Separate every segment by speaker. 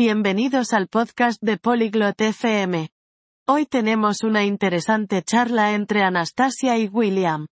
Speaker 1: Bienvenidos al podcast de Polyglot FM. Hoy tenemos una interesante charla entre Anastasia y William.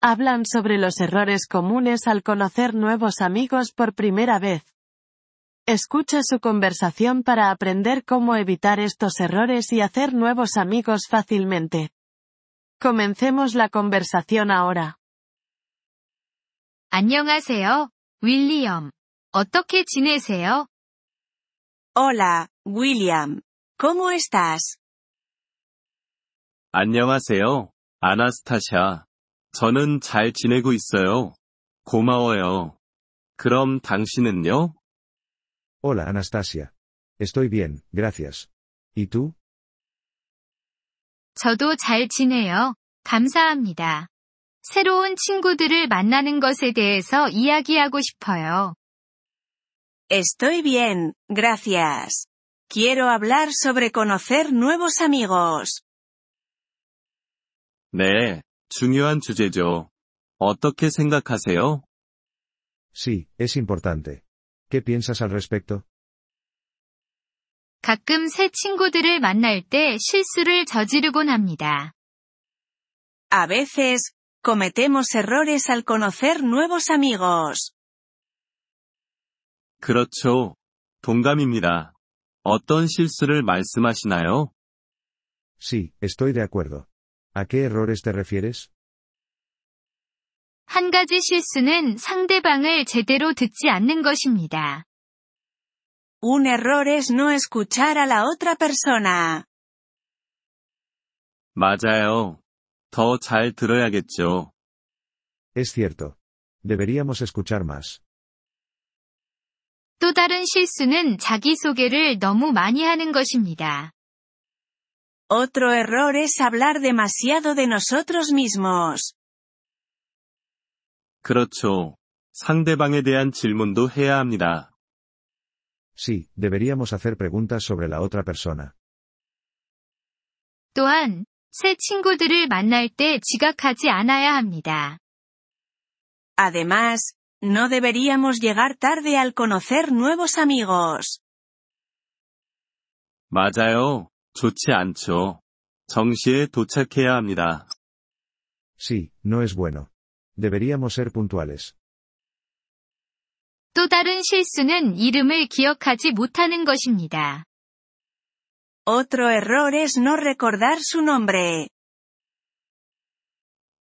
Speaker 1: Hablan sobre los errores comunes al conocer nuevos amigos por primera vez. Escucha su conversación para aprender cómo evitar estos errores y hacer nuevos amigos fácilmente. Comencemos la conversación ahora.
Speaker 2: 안녕하세요, 윌리엄. 어떻게 지내세요?
Speaker 3: Hola, William. ¿Cómo estás?
Speaker 4: 안녕하세요, 아나스타샤. 저는 잘 지내고 있어요. 고마워요. 그럼 당신은요?
Speaker 5: Hola Anastasia. Estoy bien, gracias. ¿Y tú?
Speaker 2: 저도 잘 지내요. 감사합니다. 새로운 친구들을 만나는 것에 대해서 이야기하고 싶어요.
Speaker 3: Estoy bien, gracias. Quiero hablar sobre conocer nuevos amigos.
Speaker 4: 네, 중요한 주제죠. 어떻게 생각하세요?
Speaker 5: Sí, es importante. ¿Qué piensas al respecto?
Speaker 2: 가끔 새 친구들을 만날 때 실수를 저지르곤 합니다.
Speaker 3: A veces, cometemos errores al conocer nuevos amigos.
Speaker 4: 그렇죠. 동감입니다. 어떤 실수를 말씀하시나요?
Speaker 5: Sí, estoy de acuerdo. ¿A qué errores te refieres?
Speaker 2: 한 가지 실수는 상대방을 제대로 듣지 않는 것입니다.
Speaker 3: Un error es no escuchar a la otra persona.
Speaker 4: 맞아요. 더 잘 들어야겠죠.
Speaker 5: Es cierto. Deberíamos escuchar más.
Speaker 2: 또 다른 실수는 자기소개를 너무 많이 하는 것입니다.
Speaker 3: Otro error es hablar demasiado de nosotros mismos.
Speaker 4: 그렇죠. 상대방에 대한 질문도 해야 합니다.
Speaker 5: Sí, deberíamos hacer preguntas sobre la otra persona.
Speaker 2: 또한, 새 친구들을 만날 때 지각하지 않아야 합니다.
Speaker 3: Además, no deberíamos llegar tarde al conocer nuevos amigos.
Speaker 4: 맞아요. 좋지 않죠. 정시에 도착해야 합니다.
Speaker 5: Sí, no es bueno. Deberíamos ser puntuales.
Speaker 2: 또 다른 실수는 이름을 기억하지 못하는 것입니다.
Speaker 3: Otro error es no recordar su nombre.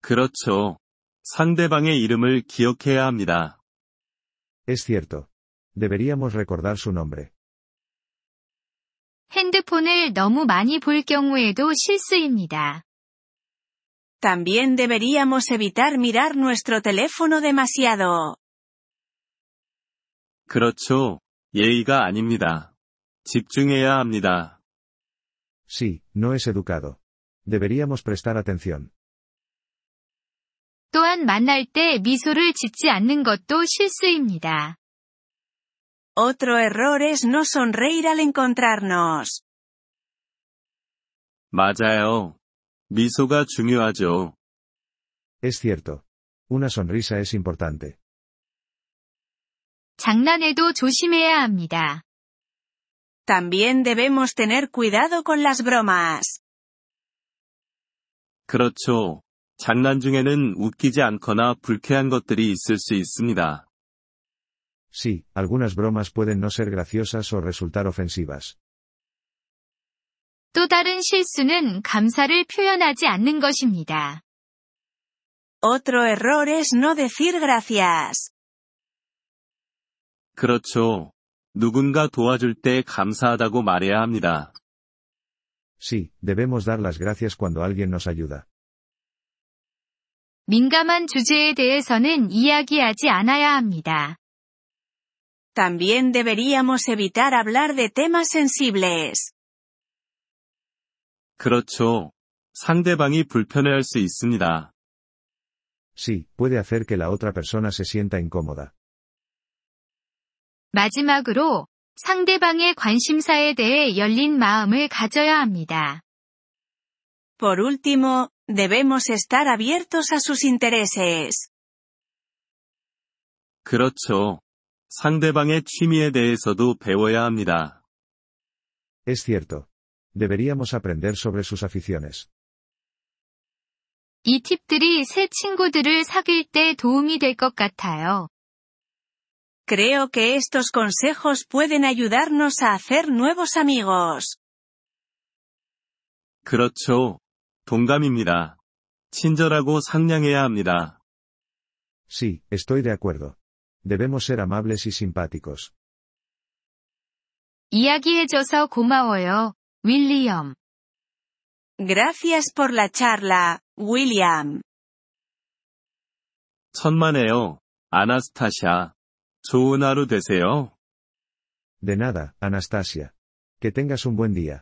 Speaker 4: 그렇죠. 상대방의 이름을 기억해야 합니다.
Speaker 5: Es cierto. Deberíamos recordar su nombre.
Speaker 2: 핸드폰을 너무 많이 볼 경우에도 실수입니다.
Speaker 3: También deberíamos evitar mirar nuestro teléfono demasiado.
Speaker 4: 그렇죠. 예의가 아닙니다. 집중해야 합니다.
Speaker 5: Sí, no es educado. Deberíamos prestar atención.
Speaker 2: 또한 만날 때 미소를 짓지 않는 것도 실수입니다.
Speaker 3: Otro error es no sonreír al encontrarnos.
Speaker 4: 맞아요. 미소가 중요하죠.
Speaker 5: Es cierto. Una sonrisa es importante.
Speaker 2: 장난에도 조심해야 합니다.
Speaker 3: También debemos tener cuidado con las bromas.
Speaker 4: 그렇죠. 장난 중에는 웃기지 않거나 불쾌한 것들이 있을 수 있습니다.
Speaker 5: Sí, algunas bromas pueden no ser graciosas o resultar ofensivas.
Speaker 2: 또 다른 실수는 감사를 표현하지 않는 것입니다.
Speaker 3: Otro error es no decir gracias.
Speaker 4: 그렇죠. 누군가 도와줄 때 감사하다고 말해야 합니다.
Speaker 5: Sí, debemos dar las gracias cuando alguien nos ayuda.
Speaker 2: 민감한 주제에 대해서는 이야기하지 않아야 합니다.
Speaker 3: También deberíamos evitar hablar de temas sensibles.
Speaker 4: 그렇죠. 상대방이 불편해할 수 있습니다.
Speaker 5: Sí, puede hacer que la otra persona se sienta incómoda.
Speaker 2: 마지막으로 상대방의 관심사에 대해 열린 마음을 가져야 합니다.
Speaker 3: Por último, debemos estar abiertos a sus intereses.
Speaker 4: 그렇죠. 상대방의 취미에 대해서도 배워야 합니다.
Speaker 5: Es cierto. Deberíamos aprender sobre sus aficiones.
Speaker 6: 이 팁들이 새 친구들을 사귈 때 도움이 될 것 같아요.
Speaker 3: Creo que estos consejos pueden ayudarnos a hacer nuevos amigos.
Speaker 4: 그렇죠. 동감입니다. 친절하고 상냥해야 합니다.
Speaker 5: Sí, estoy de acuerdo. Debemos ser amables y simpáticos.
Speaker 6: 이야기해줘서 고마워요, 윌리엄.
Speaker 3: Gracias por la charla, William.
Speaker 4: 천만에요. 아나스타샤. 좋은 하루 되세요.
Speaker 5: De nada, Anastasia. Que tengas un buen día.